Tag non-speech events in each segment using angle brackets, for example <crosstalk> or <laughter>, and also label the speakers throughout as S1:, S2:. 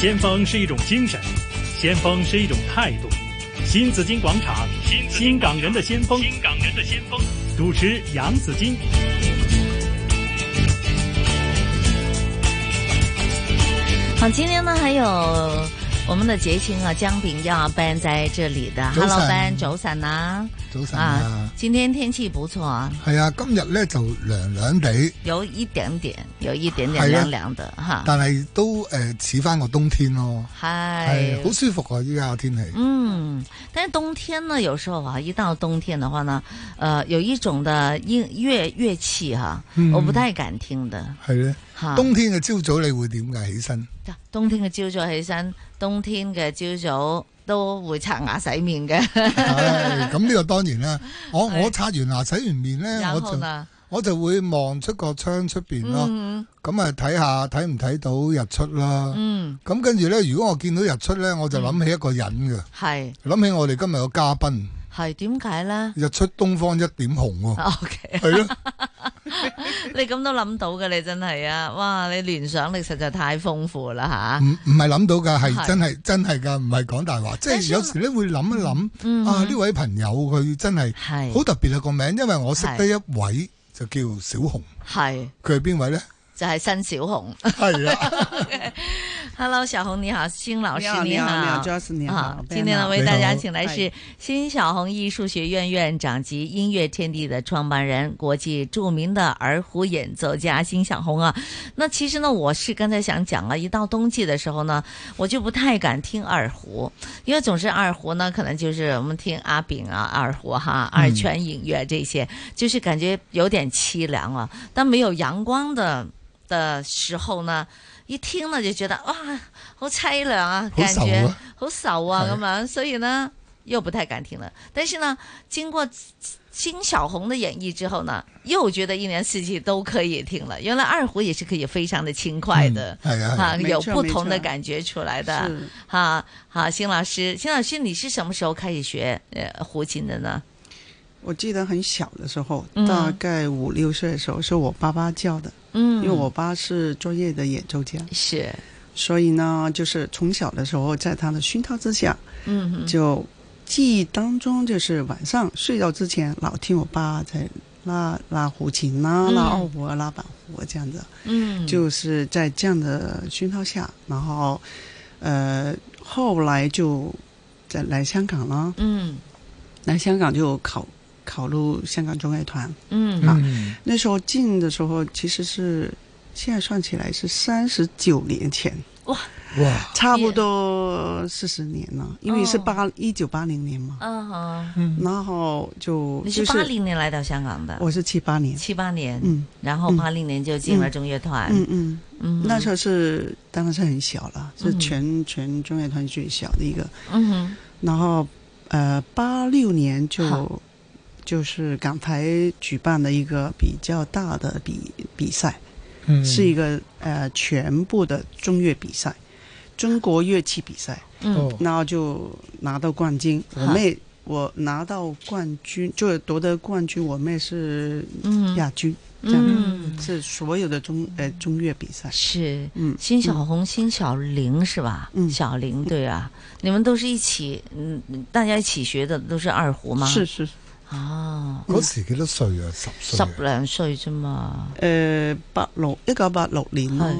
S1: 先锋是一种精神，先锋是一种态度。新紫金广场，新港人的先锋，
S2: 新港人的先锋。
S1: 主持杨紫金。
S3: 好，今天呢还有我们的杰青啊，姜饼要搬在这里的。
S4: 早晨
S3: Hello，班早晨啊，
S4: 早晨啊，
S3: 今天天气不错啊，
S4: 系啊，今日咧就涼涼地，
S3: 有一点点，有一点
S4: 係
S3: 点
S4: 啊
S3: 凉凉的哈。
S4: 但係都诶似翻個冬天咯，
S3: 嗨
S4: 係，好舒服啊！依家個天氣，
S3: 嗯，但是冬天呢，有时候啊，一到冬天的话呢，呃，有一种的音乐乐器哈、
S4: 嗯
S3: 我不太敢听的
S4: 係咧。
S3: 哈。
S4: 冬天嘅朝早你會點㗎？起身
S3: 冬天嘅朝早起身，冬天嘅朝早都會刷牙洗面嘅，
S4: 唉咁呢個當然啦。我
S3: 係
S4: 我刷完牙洗完面咧，
S3: 然
S4: 嗯我
S3: 後
S4: 就
S3: 呢，
S4: 我就會望出個窗出邊咯，
S3: 嗯
S4: 咁啊睇下睇唔睇到日出啦。
S3: 嗯，
S4: 咁跟住咧，如果我見到日出咧，我就諗起一個人嘅，
S3: 係
S4: 諗起我哋今日個嘉賓，
S3: 係點解咧
S4: 日出東方一點紅
S3: 啊
S4: 喎，
S3: <laughs> ？OK，
S4: 係咯。
S3: 你咁都諗到嘅，你真係啊！哇，你聯想力實在太豐富啦吓。
S4: 唔唔係諗到㗎，係
S3: 係
S4: 真係真係㗎，唔係講大話。即
S3: 但
S4: 係
S3: 是
S4: 有時咧會諗一諗、
S3: 嗯
S4: 啊，呢位朋友佢真係
S3: 係
S4: 好特別啊個名，因為我識得一位就叫小紅，
S3: 係
S4: 佢係邊
S3: <laughs>
S4: 位咧？
S3: 就係新小紅
S4: 係啊啦，
S3: ，Hello，小紅你好，新老
S5: 你
S3: 師
S5: 好，你好，你
S3: 好
S5: 好。，Joyce，你
S3: 啊
S5: 好，，
S3: 今天呢，
S5: Ben
S3: 为
S4: 你
S3: 大
S4: 好
S3: 家请来是
S5: 哎
S3: 新小红艺术学院院长及音乐天地的创办人，国际著名的儿胡演奏家新小红啊。那其实呢，我是刚才想讲啊，一到冬季的时候呢，我就不太敢听二胡，因为总是二胡呢，可能就是我们听阿炳啊、二胡哈、二泉映月这些，就是感觉有点凄凉啊。当没有阳光的的时候呢，一听呢就觉得哇，好凄凉啊，
S4: 好
S3: 感
S4: 愁
S3: 觉。
S4: 啊！
S3: 好愁啊
S5: <laughs>
S4: 係
S3: 咁樣，所以呢又不太敢聽了。但是呢，經過金小紅的演繹之後呢，又覺得一年四季都可以聽了。原來二胡也是可以非常的轻快的，
S4: 嗯係啊係
S3: 哈、
S4: 啊
S5: 沒錯
S3: 有不同的
S5: 沒錯
S3: 感覺出來的。
S5: 是
S3: 哈，好，辛老師，辛老師，你是什麼時候開始學呃胡琴的呢？
S5: 我记得很小的时候，
S3: 嗯
S5: 大概五六岁的时候，是我爸爸教的，
S3: 嗯，
S5: 因为我爸是专业的演奏家，
S3: 是，
S5: 所以呢，就是从小的时候，在他的熏陶之下，
S3: 嗯哼，
S5: 就记忆当中，就是晚上睡觉之前，老听我爸在拉拉胡琴啦、
S3: 嗯
S5: 拉二胡啊、拉板胡啊这样子，
S3: 嗯，
S5: 就是在这样的熏陶下，然后，呃，后来就在来香港了。
S3: 嗯
S5: 来香港就考考入香港中乐团。
S3: 嗯
S4: 嗯，
S5: 那时候进的时候其实是现在算起来是三十九年前，
S4: 哇，
S5: 差不多四十年了，因为是八一九八零年嘛。
S3: 哦嗯哼，
S4: 嗯
S5: 然后就
S3: 你
S5: 就是
S3: 八零年来到香港的，
S5: 我是七八年，
S3: 七八年，
S5: 嗯
S3: 然后
S5: 嗯
S3: 八零年就进了中乐团，
S5: 嗯嗯，
S3: 嗯哼，
S5: 那时候是当然是很小了，是
S3: 嗯
S5: 全全中乐团最小的一个。
S3: 嗯哼。
S5: 然后呃，八六年就
S3: 好。
S5: 就是港台举办的一个比较大的比比赛，
S4: 嗯
S5: 是一个呃全部的中乐比赛，中国乐器比赛，
S3: 嗯
S4: 哦
S5: 然后就拿到冠军。
S3: 哈
S5: 我妹我拿到冠军，就是夺得冠军。我妹是
S3: 嗯
S5: 亚军，
S3: 嗯
S5: 是所有的中呃中乐比赛。
S3: 是
S5: 嗯，
S3: 辛小红、辛小玲是吧？
S5: 嗯
S3: 小玲对啊，你们都是一起，嗯，大家一起学的都是二胡吗？
S5: 是是，
S3: 啊，
S4: 嗰時幾多歲啊？十
S3: 十
S4: 歲啊，
S3: 零歲啫嘛，
S5: 呃，八六一九八六年咯
S3: 哎，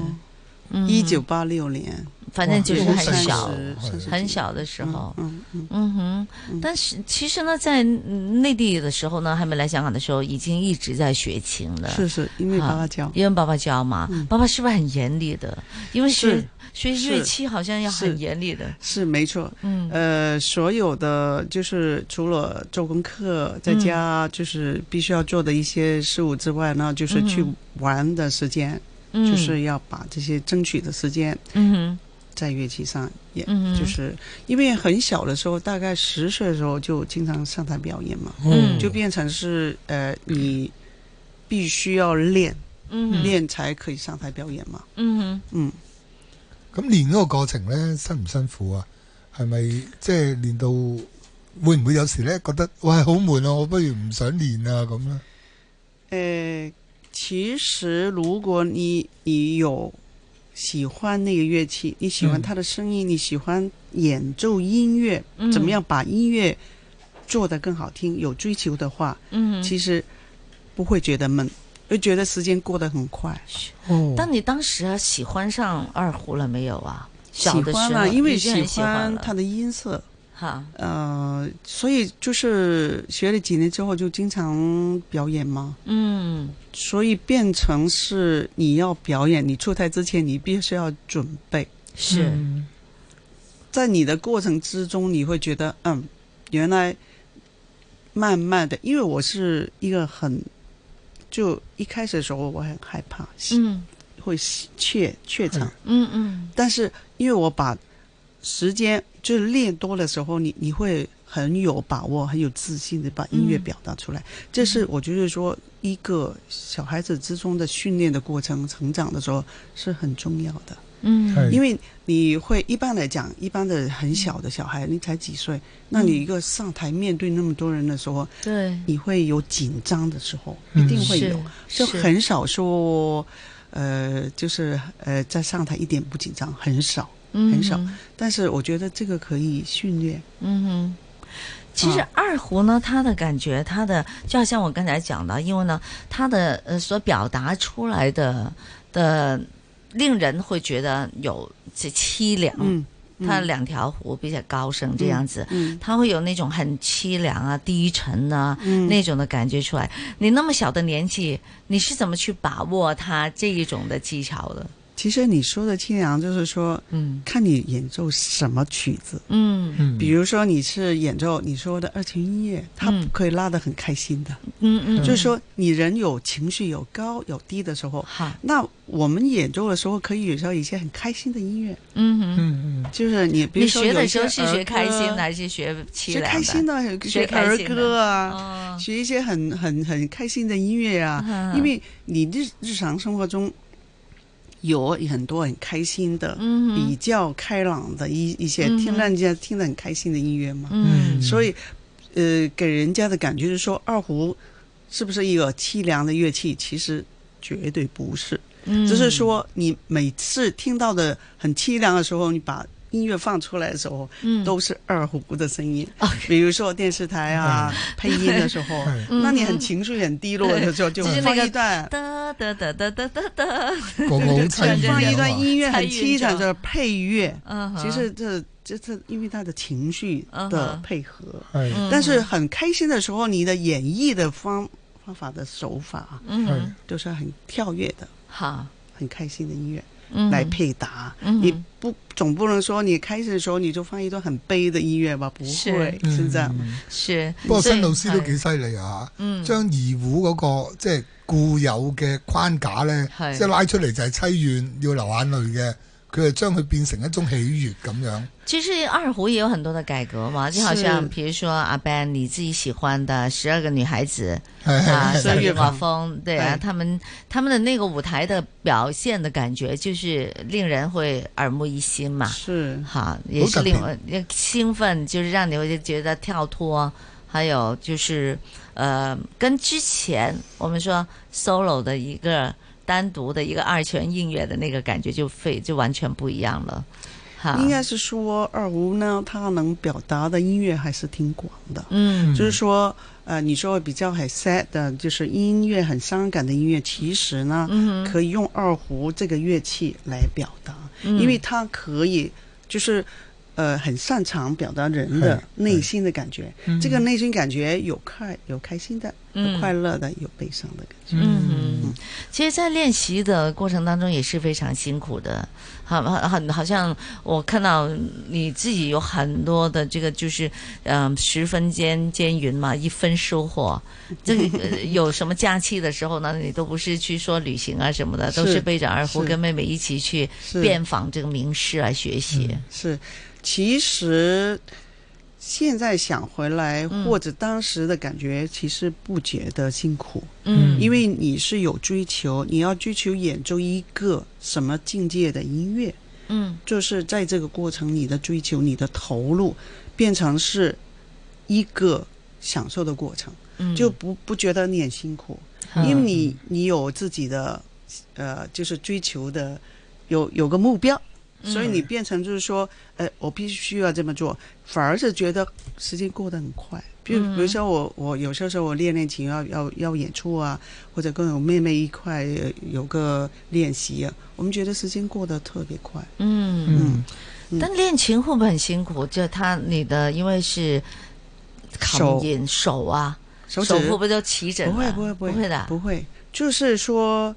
S3: 嗯
S5: 一九，八六年，
S3: 反正就是很
S4: 哇
S5: 三
S4: 很
S3: 小
S4: 小，
S5: 十
S3: 很小的时候。
S5: 嗯嗯
S3: 嗯哼，但是其实呢，在内地的时候呢，还没来香港的时候，已经一直在学琴了
S5: 嗯，。是是，因为
S3: 好
S5: 爸爸教。
S3: 啊因为爸爸教嘛，爸爸是不是很严厉的？因为学学
S5: 是
S3: 乐器好像要
S5: 是
S3: 很严厉的。
S5: 是没错，
S3: 嗯
S5: 呃，所有的就是除了做功课，
S3: 嗯
S5: 在家就是必须要做的一些事务之外呢，就是去
S3: 嗯
S5: 玩的时间，
S3: 嗯，
S5: 就是要把这些争取的时间
S3: 嗯哼
S5: 在乐器上也。
S3: 嗯哼，
S5: 就是因为很小的时候，大概十岁的时候就经常上台表演嘛，
S3: 嗯
S5: 就变成是呃，你必须要练
S3: 嗯哼
S5: 练才可以上台表演嘛。
S3: 嗯哼。
S5: 嗯，
S4: 咁練嗰個過程咧，辛唔辛苦啊？係咪即係練到會唔會有時咧覺得喂好悶啊？我不如唔想練啊咁咧？
S5: 呃，其实如果你你有喜欢那个乐器，你喜欢
S4: 嗯
S5: 它的声音，你喜欢演奏音乐，
S3: 嗯
S5: 怎么样把音乐做得更好听、有追求的话，
S3: 嗯，
S5: 其实不会觉得闷，会觉得时间过得很快。
S4: 哦，
S3: 但你当时啊喜欢上二胡了没有啊？
S5: 喜
S3: 小的时候
S5: 欢了，因为
S3: 已经
S5: 喜
S3: 很喜欢
S5: 它的音色，
S3: 哈，
S5: 呃，所以就是学了几年之后就经常表演嘛，
S3: 嗯
S5: 所以变成是你要表演，你出台之前你必须要准备。
S3: 是
S4: 嗯
S5: 在你的过程之中，你会觉得，嗯，原来慢慢的，因为我是一个很，就一开始的时候我很害怕，
S3: 嗯
S5: 会怯怯场，
S3: 嗯嗯
S5: 但是因为我把时间就是练多的时候，你你会很有把握，很有自信的把音乐
S3: 嗯
S5: 表达出来。这是我觉得说一个小孩子之中的训练的过程，成长的时候是很重要的。
S4: 哎
S3: 嗯
S5: 因为你会一般来讲，一般的很小的小孩，你才几岁，
S3: 嗯
S5: 那你一个上台面对那么多人的时候，
S3: 对，
S5: 你会有紧张的时候，
S4: 嗯
S5: 一定会
S3: 是
S5: 有，就很少说，呃，就是呃，在上台一点不紧张，很少。很少但是我觉得这个可以训练，
S3: 嗯哼，其实
S5: 啊
S3: 二胡呢，它的感觉，它的就好像我刚才讲的，因为呢，它的呃所表达出来的的，令人会觉得有这凄凉。
S5: 嗯，
S3: 它两条胡比较高声这样子，
S5: 嗯，
S3: 它会有那种很凄凉啊、低沉啊。
S5: 嗯
S3: 那种的感觉出来，你那么小的年纪，你是怎么去把握它这一种的技巧的？
S5: 其实你说的清凉就是说，
S3: 嗯
S5: 看你演奏什么曲子，
S3: 嗯
S4: 嗯
S5: 比如说你是演奏你说的二泉音乐，它
S3: 嗯
S5: 可以拉得很开心的，
S3: 嗯嗯，
S5: 就是说你人有情绪有高有低的时候。
S3: 好，
S5: 那我们演奏的时候，可以有时候一些很开心的音乐，
S3: 嗯哼。
S4: 嗯嗯
S5: 就是你比
S3: 你
S5: 如说
S3: 学
S5: 有
S3: 的
S5: 一
S3: 时
S5: 些
S3: 候是学
S5: 儿
S3: 开心
S5: 歌
S3: 的，还是学凄
S5: 学
S3: 凉的？
S5: 开心的，
S3: 学
S5: 学
S3: 开
S5: 儿
S3: 心的
S5: 歌啊，
S3: 哦
S5: 学一些很很很开心的音乐啊。
S3: 嗯
S5: 因为你日日常生活中有很多很开心的、
S3: 嗯
S5: 比较开朗的一一些，
S3: 嗯
S5: 听
S3: 哼
S5: 让人家听得很开心的音乐嘛。
S3: 嗯
S4: 嗯
S5: 所以，呃，给人家的感觉就是说，二胡是不是一个凄凉的乐器？其实绝对不是，
S3: 嗯
S5: 只是说你每次听到的很凄凉的时候，你把音乐放出来的时候，
S3: 嗯哦
S5: 都是二胡的声音
S3: OK。
S5: 比如说电视台
S3: <laughs>
S5: 啊，配音的时候，
S4: 哎
S3: 嗯
S5: 那你很情绪很低落的时候，就
S3: 就是那
S5: 放
S3: 个
S5: 一段，
S3: 哒哒哒哒哒哒哒，
S4: 嗯，個個好
S3: 唱 <laughs>
S4: 凄
S3: 着
S4: 涼
S5: 放一
S4: 啊
S5: 段音乐很凄
S3: 参
S5: 惨
S3: 与者
S5: 的配乐。
S3: 嗯哼，
S5: 其实这这这，因为他的情绪的配合，
S4: 係
S3: 嗯，
S5: 但是很开心的时候，你的演绎的方方法的手法啊
S3: 嗯哼
S4: 係
S5: 都是很跳跃的。
S3: 好，
S5: 很开心的音乐
S3: 嗯
S5: 来配搭，
S3: 嗯
S5: 你不总不能说你开始的时候你就放一段很悲的音乐吧？不
S3: 是
S5: 会，是这样。
S4: 嗯
S3: 是，
S4: 不過
S3: 所以哎
S4: 新老師都幾，犀利啊！
S3: 嗯，
S4: 將二胡嗰、個即係固有嘅框架咧，
S3: 係
S4: 即係拉出嚟就係凄怨，要流眼淚嘅，佢就將佢變成一種喜悅咁樣。
S3: 其实二胡也有很多的改革嘛，就好像
S5: 是
S3: 比如说阿 Ben 你自己喜欢的十二个女孩子
S5: <laughs>
S4: 係
S3: 啊，
S5: 是
S3: 小
S5: 是
S3: 女
S5: 是
S3: 华风，对啊，
S5: 对
S3: 他们他们的那个舞台的表现的感觉，就是令人会耳目一新嘛。
S5: 是，
S3: 好，也是另外也兴奋，就是让你会觉得跳脱，还有就是呃，跟之前我们说 solo 的一个单独的一个二泉映月的那个感觉就非就完全不一样了。哈，
S5: 应该是说二胡呢，它能表达的音乐还是挺广的。
S3: 嗯
S5: 就是说，呃，你说比较很 sad 的，就是音乐很伤感的音乐，其实呢，
S3: 嗯哼
S5: 可以用二胡这个乐器来表达，
S3: 嗯
S5: 因为它可以就是。呃，很擅长表达人的
S4: 嗯
S5: 内心的感觉，这
S2: 嗯
S5: 个内心感觉有快有开心的，有
S3: 嗯
S5: 快乐的，有悲伤的感觉。
S3: 嗯哼，其实，在练习的过程当中也是非常辛苦的，好，好很好像我看到你自己有很多的这个就是，嗯、十分耕耕耘嘛，一分收获。这个呃有什么假期的时候呢，你都不是去说旅行啊什么的，都
S5: 是
S3: 是背着二胡
S5: 是
S3: 跟妹妹一起去
S5: 是
S3: 遍访这个名师来学习。
S5: 是，其实现在想回来，
S3: 嗯
S5: 或者当时的感觉，其实不觉得辛苦，
S3: 嗯
S5: 因为你是有追求，你要追求演奏一个什么境界的音乐，
S3: 嗯
S5: 就是在这个过程，你的追求、你的投入，变成是一个享受的过程，
S3: 嗯，
S5: 就不不觉得你很辛苦，
S3: 嗯
S5: 因为你你有自己的呃，就是追求的。有有个目标，
S3: 嗯
S5: 所以你变成就是说，呃，我必须要这么做，反而是觉得时间过得很快。比如，
S3: 嗯
S5: 比如说我，我有些时候我练练琴，要要要演出啊，或者跟我妹妹一块呃有个练习啊，我们觉得时间过得特别快。
S3: 嗯，
S5: 嗯，嗯
S3: 但练琴会不会很辛苦？就他你的因为是
S5: 手
S3: 扛眼手啊，
S5: 手指
S3: 手会不会都起疹
S5: 不会
S3: 了？
S5: 不会不会
S3: 会的。
S5: 不会，就是说，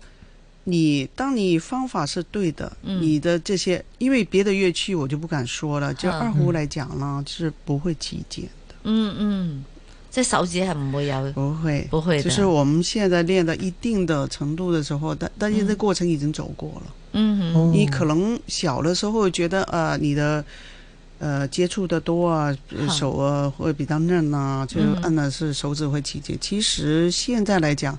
S5: 你当你方法是对的，
S3: 嗯
S5: 你的这些，因为别的乐器我就不敢说了，就
S3: 嗯
S5: 二胡来讲呢，是不会击剑的，
S3: 嗯嗯，即系手指系唔会有，
S5: 不会。
S3: 不会的。
S5: 就是我们现在练到一定的程度的时候，但但是这过程已经走过了。
S3: 嗯哼
S4: 哦
S5: 你可能小的时候觉得呃你的呃接触的多啊，呃
S3: 好
S5: 手啊会比较嫩啊，就
S3: 嗯
S5: 按的是手指会起结。其实现在来讲，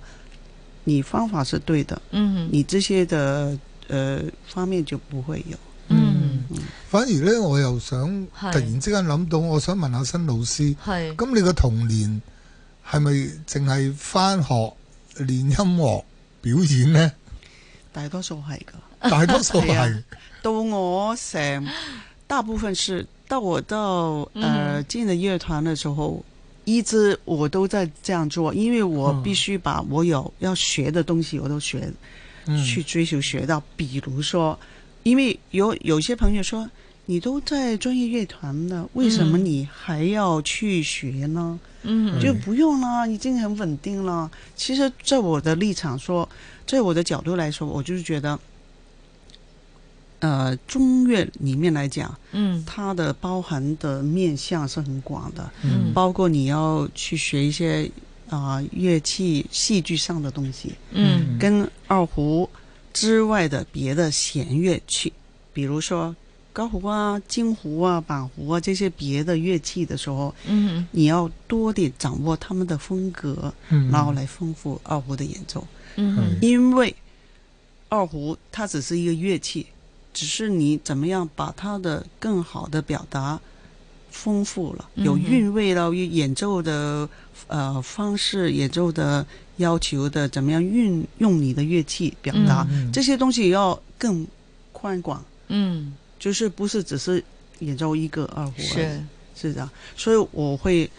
S5: 你方法是对的，
S3: 嗯哼
S5: 你这些的呃方面就不会有。
S3: 嗯
S4: <laughs> 反而呢，我又想
S3: 係
S4: 突然之間諗到，我想問下新老師，
S3: 系
S4: 咁你個童年係咪淨係翻學練音樂表演呢？
S5: 大多數係噶，
S4: 大多數
S5: 係
S4: 係
S5: 到我成大部分是到我到呃
S3: 嗯
S5: 进了乐团的时候。一直我都在这样做，因为我
S4: 嗯
S5: 必须把我有要学的东西我都学
S4: 嗯
S5: 去追求学到。比如说，因为有有些朋友说，你都在专业乐团了，为什么
S3: 嗯
S5: 你还要去学呢？
S3: 嗯
S5: 就不用啦，已经很稳定了。其实，在我的立场说，在我的角度来说，我就是觉得，呃，中乐里面来讲，
S3: 嗯
S5: 它的包含的面向是很广的，
S3: 嗯
S5: 包括你要去学一些啊、乐器、戏剧上的东西。
S3: 嗯
S5: 跟二胡之外的别的弦乐器，比如说高胡啊、京胡啊、板胡啊这些别的乐器的时候，
S3: 嗯
S5: 你要多点掌握他们的风格，
S4: 嗯
S5: 然后来丰富二胡的演奏。
S3: 嗯
S5: 因为二胡它只是一个乐器，只是你怎么样把它的更好的表达丰富了，
S3: 嗯哼
S5: 有韵味了，有演奏的呃方式、演奏的要求的怎么样运用你的乐器表达，
S4: 嗯嗯
S5: 这些东西要更宽广，
S3: 嗯
S5: 就是不是只是演奏一个二胡而已
S3: 是
S5: 是的，所以我会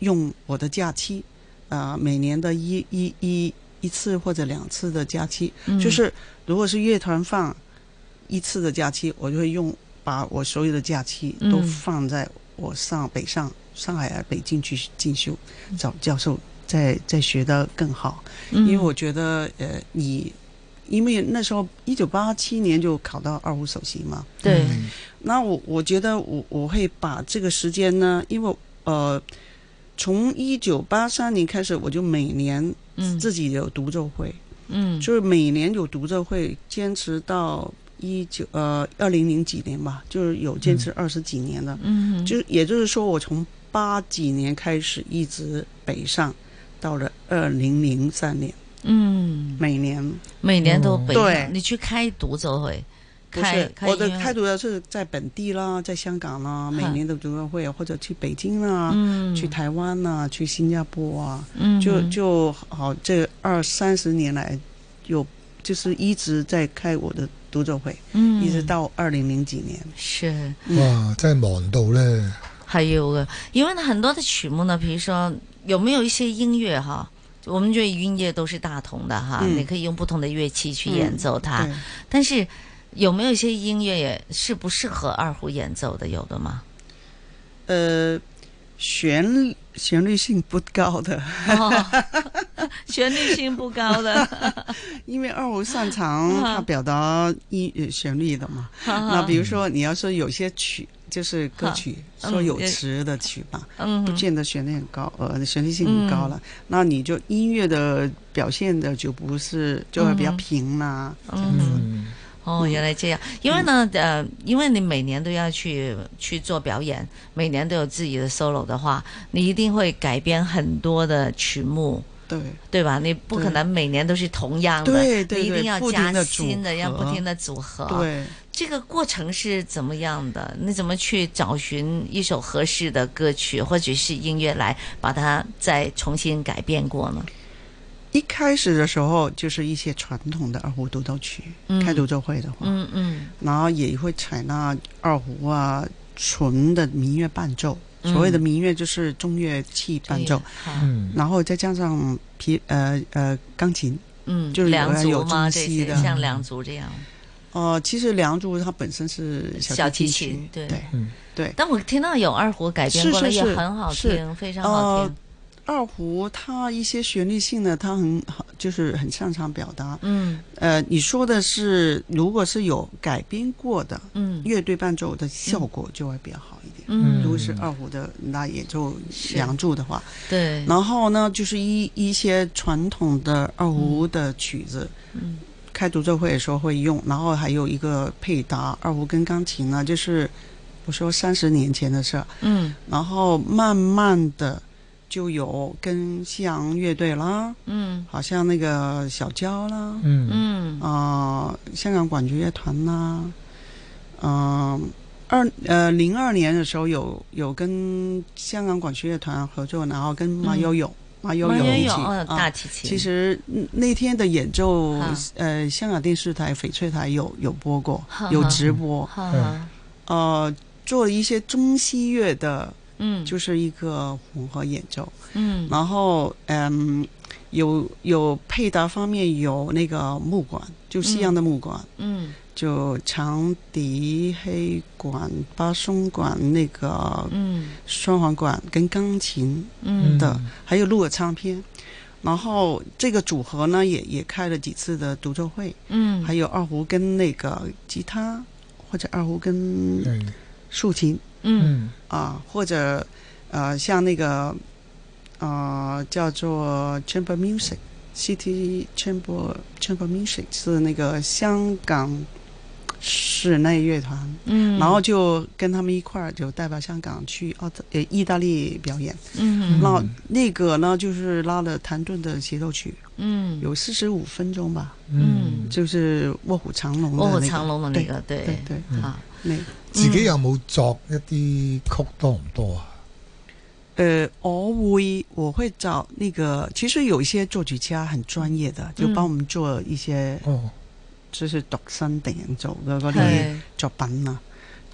S5: 用我的假期，呃，每年的一一一一次或者两次的假期，
S3: 嗯
S5: 就是如果是乐团放一次的假期，我就会用把我所有的假期都
S3: 嗯
S5: 放在我上北上上海啊北京去进修，找教授再再学得更好，
S3: 因
S5: 因为我觉得呃你。因为那时候一九八七年就考到二胡首席嘛，
S3: 对
S5: 那我我觉得我我会把这个时间呢，因为呃，从一九八三年开始，我就每年
S3: 嗯
S5: 自己有独奏会，
S3: 嗯
S5: 就是每年有独奏会，坚持到一九呃二零零几年吧，就是有坚持二十几年的，
S3: 嗯
S5: 就是也就是说，我从八几年开始一直北上，到了二零零三年，
S3: 嗯
S5: 每年
S3: 每年都北上
S5: 对
S3: 你去开独奏会，
S5: 不
S3: 开
S5: 是我的
S3: 音乐
S5: 开独奏是在本地啦，在香港啦，每
S3: 哈
S5: 年的独奏会或者去北京啦。
S3: 嗯
S5: 去台湾呐、去新加坡啊，
S3: 嗯
S5: 就就好这二三十年来，有就是一直在开我的独奏会，
S3: 嗯
S5: 一直到二零零几年。
S3: 是。
S4: 嗯哇，真係忙到呢。
S3: 还有个，因为呢很多的曲目呢，比如说有没有一些音乐哈，我们觉得音乐都是大同的哈，
S5: 嗯
S3: 你可以用不同的乐器去演奏它，
S5: 对，
S3: 但是有没有一些音乐也是不适合二胡演奏的？有的吗？
S5: 呃，旋旋律性不高的，
S3: 哦、 <laughs> 旋律性不高的，
S5: 因为二胡擅长
S3: 啊
S5: 它表达音呃旋律的嘛。 <laughs> 那
S3: 那
S5: 比如说你要说有些曲就是歌
S3: 哈
S5: 曲，
S3: 嗯
S5: 说有
S3: 也
S5: 词的曲吧，
S3: 嗯
S5: 不见得旋律很高，呃，旋律性很高了，那你就音乐的表现的就不是，就会比较
S3: 嗯
S5: 平啦、
S3: 嗯
S4: 嗯
S3: 哦，原来这样，因为呢，
S5: 嗯
S3: 呃，因为你每年都要去去做表演，每年都有自己的 solo 的话，你一定会改编很多的曲目，
S5: 对
S3: 对吧？你不可能每年都是同样的，
S5: 对对
S3: 你一定要
S5: 对
S3: 加
S5: 不停地组
S3: 新的，要
S5: 合
S3: 不停的组合。，
S5: 对，
S3: 这个过程是怎么样的？你怎么去找寻一首合适的歌曲或者是音乐来把它再重新改变过呢？
S5: 一开始的时候就是一些传统的二胡独奏曲，
S3: 嗯
S5: 开独奏会的话，
S3: 嗯嗯，
S5: 然后也会采纳二胡啊纯的民乐伴奏，
S3: 嗯
S5: 所谓的民乐就是中乐器伴奏，
S3: 好，
S4: 嗯，
S5: 然后再加上皮呃呃钢琴。
S3: 嗯，
S5: 就是
S3: 两
S5: 有
S3: 足
S5: 中
S3: 吗？这
S5: 西
S3: 些
S5: 的嗯
S3: 像两足这样，
S5: 哦、其实梁祝它本身是
S3: 小
S5: 提
S3: 提琴
S5: 曲，
S3: 对
S5: 对
S4: 嗯
S5: 对。
S3: 但我听到有二胡改编
S5: 是
S3: 过来
S5: 是
S3: 也
S5: 是
S3: 很好
S5: 是
S3: 听，非常好
S5: 呃
S3: 听，
S5: 二胡它一些旋律性呢，它很好，就是很擅长表达。
S3: 嗯
S5: 呃，你说的是，如果是有改编过的
S3: 嗯
S5: 乐队伴奏的效果就会比较好一点。
S3: 嗯，
S5: 如果是二胡的，那也就梁祝的话，
S3: 对，
S5: 然后呢，就是一一些传统的二胡的曲子，
S3: 嗯
S5: 开独奏会的时候会用，然后还有一个配搭二胡跟钢琴呢，就是我说三十年前的事儿，
S3: 嗯
S5: 然后慢慢的就有跟西洋乐队啦，
S3: 嗯
S5: 好像那个小娇啦，
S4: 嗯
S3: 嗯
S5: 啊、香港管弦乐团啦，嗯、二呃零二年的时候有有跟香港管弦乐团合作，然后跟马友友、马友
S3: 嗯马
S5: 友
S3: 也
S5: 一
S3: 有
S5: 起
S3: 哦
S5: 啊
S3: 大提琴，
S5: 其实嗯那天的演奏
S3: 啊，
S5: 呃，香港电视台、翡翠台有有播过
S3: 哈，
S5: 有
S3: 哈
S5: 直播，
S3: 哈
S4: 嗯
S3: 哈
S5: 呃，做了一些中西乐的，
S3: 嗯
S5: 就是一个混合演奏，
S3: 嗯
S5: 然后嗯，有有配搭方面有那个木管，就西洋的木管，
S3: 嗯
S5: 就长笛、黑管、巴松管、那个
S3: 嗯
S5: 双簧管跟钢琴，
S3: 嗯
S5: 的，还有录了唱片。然后这个组合呢，也也开了几次的独奏会，
S3: 嗯，
S5: 还有二胡跟那个吉他，或者二胡跟
S4: 嗯
S5: 竖琴
S3: 嗯
S4: 嗯
S5: 啊，或者呃像那个呃叫做 chamber music。City Chamber Chamber Music 是那个香港室内乐团，
S3: 嗯，
S5: 然后就跟他们一块儿就代表香港去澳大呃意大利表演。
S3: 嗯
S5: 那那个呢，就是拉了谭盾的协奏曲，
S3: 嗯
S5: 有四十五分钟吧，
S3: 嗯
S5: 就是卧虎藏龙的、那
S3: 卧
S5: 个。
S3: 虎藏哦龙的那个，
S5: 对
S3: 对，
S5: 对，
S3: 好，
S5: 那
S4: 自己有冇作一啲曲多唔多啊？
S5: 呃，我会我会找那个，其实有一些作曲家很专业的，就
S3: 嗯
S5: 帮我们做一些
S4: 哦，
S5: 就是獨身定做嘅嗰啲
S3: 对，
S5: 作品啊，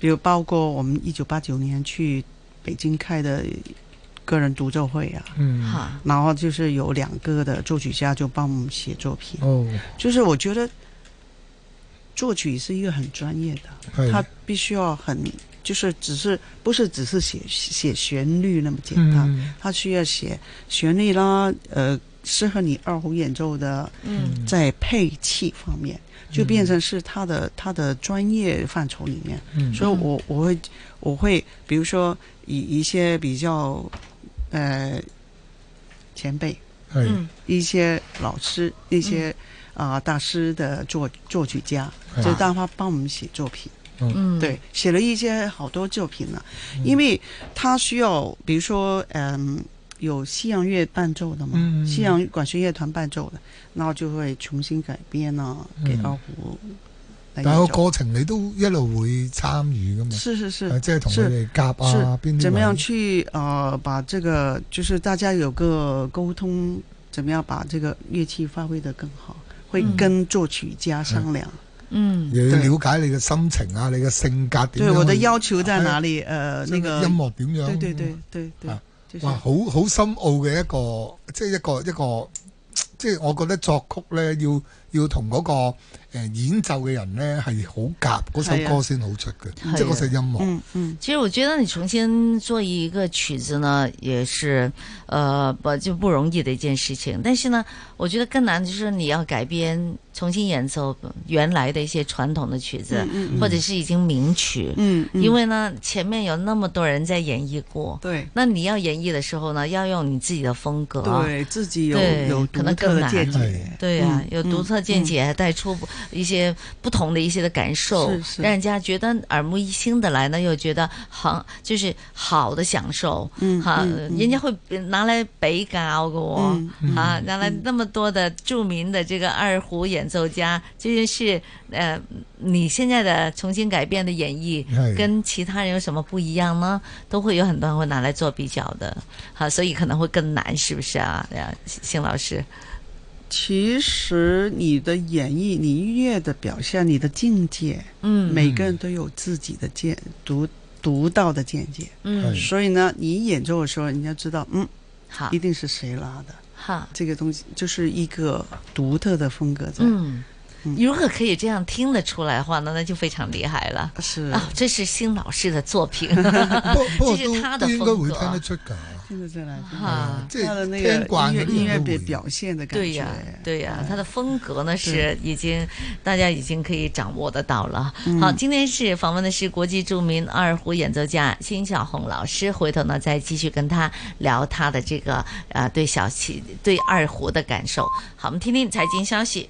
S5: 比如包括我们一九八九年去北京开的个人独奏会啊，
S4: 嗯，
S3: 好，
S5: 然后就是有两个的作曲家就帮我们写作品。
S4: 哦，
S5: 就是我觉得作曲是一个很专业的，
S4: 系
S5: 他必须要很就是只是不是只是写写旋律那么简单，
S4: 嗯
S5: 他需要写旋律啦，呃，适合你二胡演奏的，
S3: 嗯
S5: 在配器方面就变成是他的他的专业范畴里面，
S4: 嗯
S5: 所以我我会我会比如说以一些比较呃前辈。
S4: 系
S3: 嗯
S5: 一些老师、一些啊、呃大师的作作曲家，
S4: 嗯
S5: 就让他帮我们写作品。
S3: 嗯，
S5: 对，写了一些好多作品呢，因为他需要，比如说，嗯，有西洋乐伴奏的嘛，
S4: 嗯嗯嗯
S5: 西洋管弦乐团伴奏的，然后就会重新改编啊，
S4: 嗯
S5: 给二胡来
S4: 但系
S5: 演
S4: 个
S5: 奏。
S4: 过程你都一路會參與噶嘛，
S5: 是是是
S4: 啊，即係同佢哋夾啊，邊啲
S5: 怎么
S4: 位
S5: 样去呃把这个就是大家有个沟通，怎么样把这个乐器发挥得更好，会
S3: 嗯
S5: 跟作曲家商量。
S3: 嗯
S4: 又要
S5: 對
S4: 了解你嘅心情啊，你嘅性格點
S5: 对
S4: 樣去？
S5: 我的要求在哪里？呃，
S4: 即係
S5: 那个
S4: 音樂點樣？
S5: 对对对对对
S4: 啊，
S5: 就是
S4: 哇，好好深奧嘅一個，即係一個一個，即係我覺得作曲咧，要要同嗰個誒演奏嘅人咧係好夾，嗰
S5: 係
S4: 首
S5: 啊
S4: 歌先好出嘅，
S3: 係
S4: 即係
S3: 啊
S4: 嗰首音樂。
S5: 嗯嗯
S3: 其实我觉得你重新做一个曲子呢，也是呃不就不容易的一件事情。但是呢，我觉得更难的就是你要改编、重新演奏原来的一些传统的曲子，
S5: 嗯
S3: 或者是已经名曲，
S5: 嗯嗯，
S3: 因为啊呢前面有那么多人在演绎过。
S5: 对
S3: 那你要演绎的时候呢，要用你自己的风格，
S5: 对自己有
S3: 对
S5: 有
S3: 可
S5: 独
S3: 能
S5: 特
S3: 更
S5: 的
S3: 难
S5: 见解
S4: 哎，
S3: 对呀、啊
S5: 嗯
S3: 有独特见解，还带出一些不同的一些的感受，
S5: 是是
S3: 让人家觉得耳目一新的来呢，又觉得好，就是好的享受，
S5: 嗯
S3: 哈，
S5: 嗯嗯
S3: 人家会拿来比较的哦。
S5: 嗯嗯
S3: 啊，拿来那么多的著名的这个二胡演奏家，这就是呃，你现在的重新改变的演绎
S4: 是，
S3: 跟其他人有什么不一样呢？都会有很多人会拿来做比较的，好、所以可能会更难，是不是啊？呃辛老师，
S5: 其实你的演绎、你音乐的表现、你的境界，
S3: 嗯
S5: 每个人都有自己的见独独到的见解。
S3: 嗯，
S5: 所以呢，你演奏的时候，人家知道，嗯，
S3: 好
S5: 一定是谁拉的。
S3: 好，
S5: 这个东西就是一个独特的风格在。
S3: 嗯
S5: 嗯。
S3: 如果可以这样听得出来的话，那那就非常厉害了。
S5: 是，
S3: 哦，这是辛老师的作品，
S4: 不不過
S3: 這
S4: 都
S3: 是他的
S4: 都應該
S3: 風
S4: 會
S3: 格
S4: 聽得出㗎，
S5: 听得出来，
S3: 哈，
S4: 即
S5: 啊他的那
S4: 係
S5: 个
S4: 聽慣
S5: 音乐
S4: 嗰啲
S5: 音乐
S4: 人都會。
S5: 表表现的感觉。
S3: 啊
S5: 嗯
S3: 对呀，对呀，他的风格呢是
S5: 对
S3: 已经大家已经可以掌握得到了。好，今天是访问的是国际著名二胡演奏家辛晓红老师，回头呢再继续跟他聊他的这个呃对小七对二胡的感受。好，我们听听财经消息。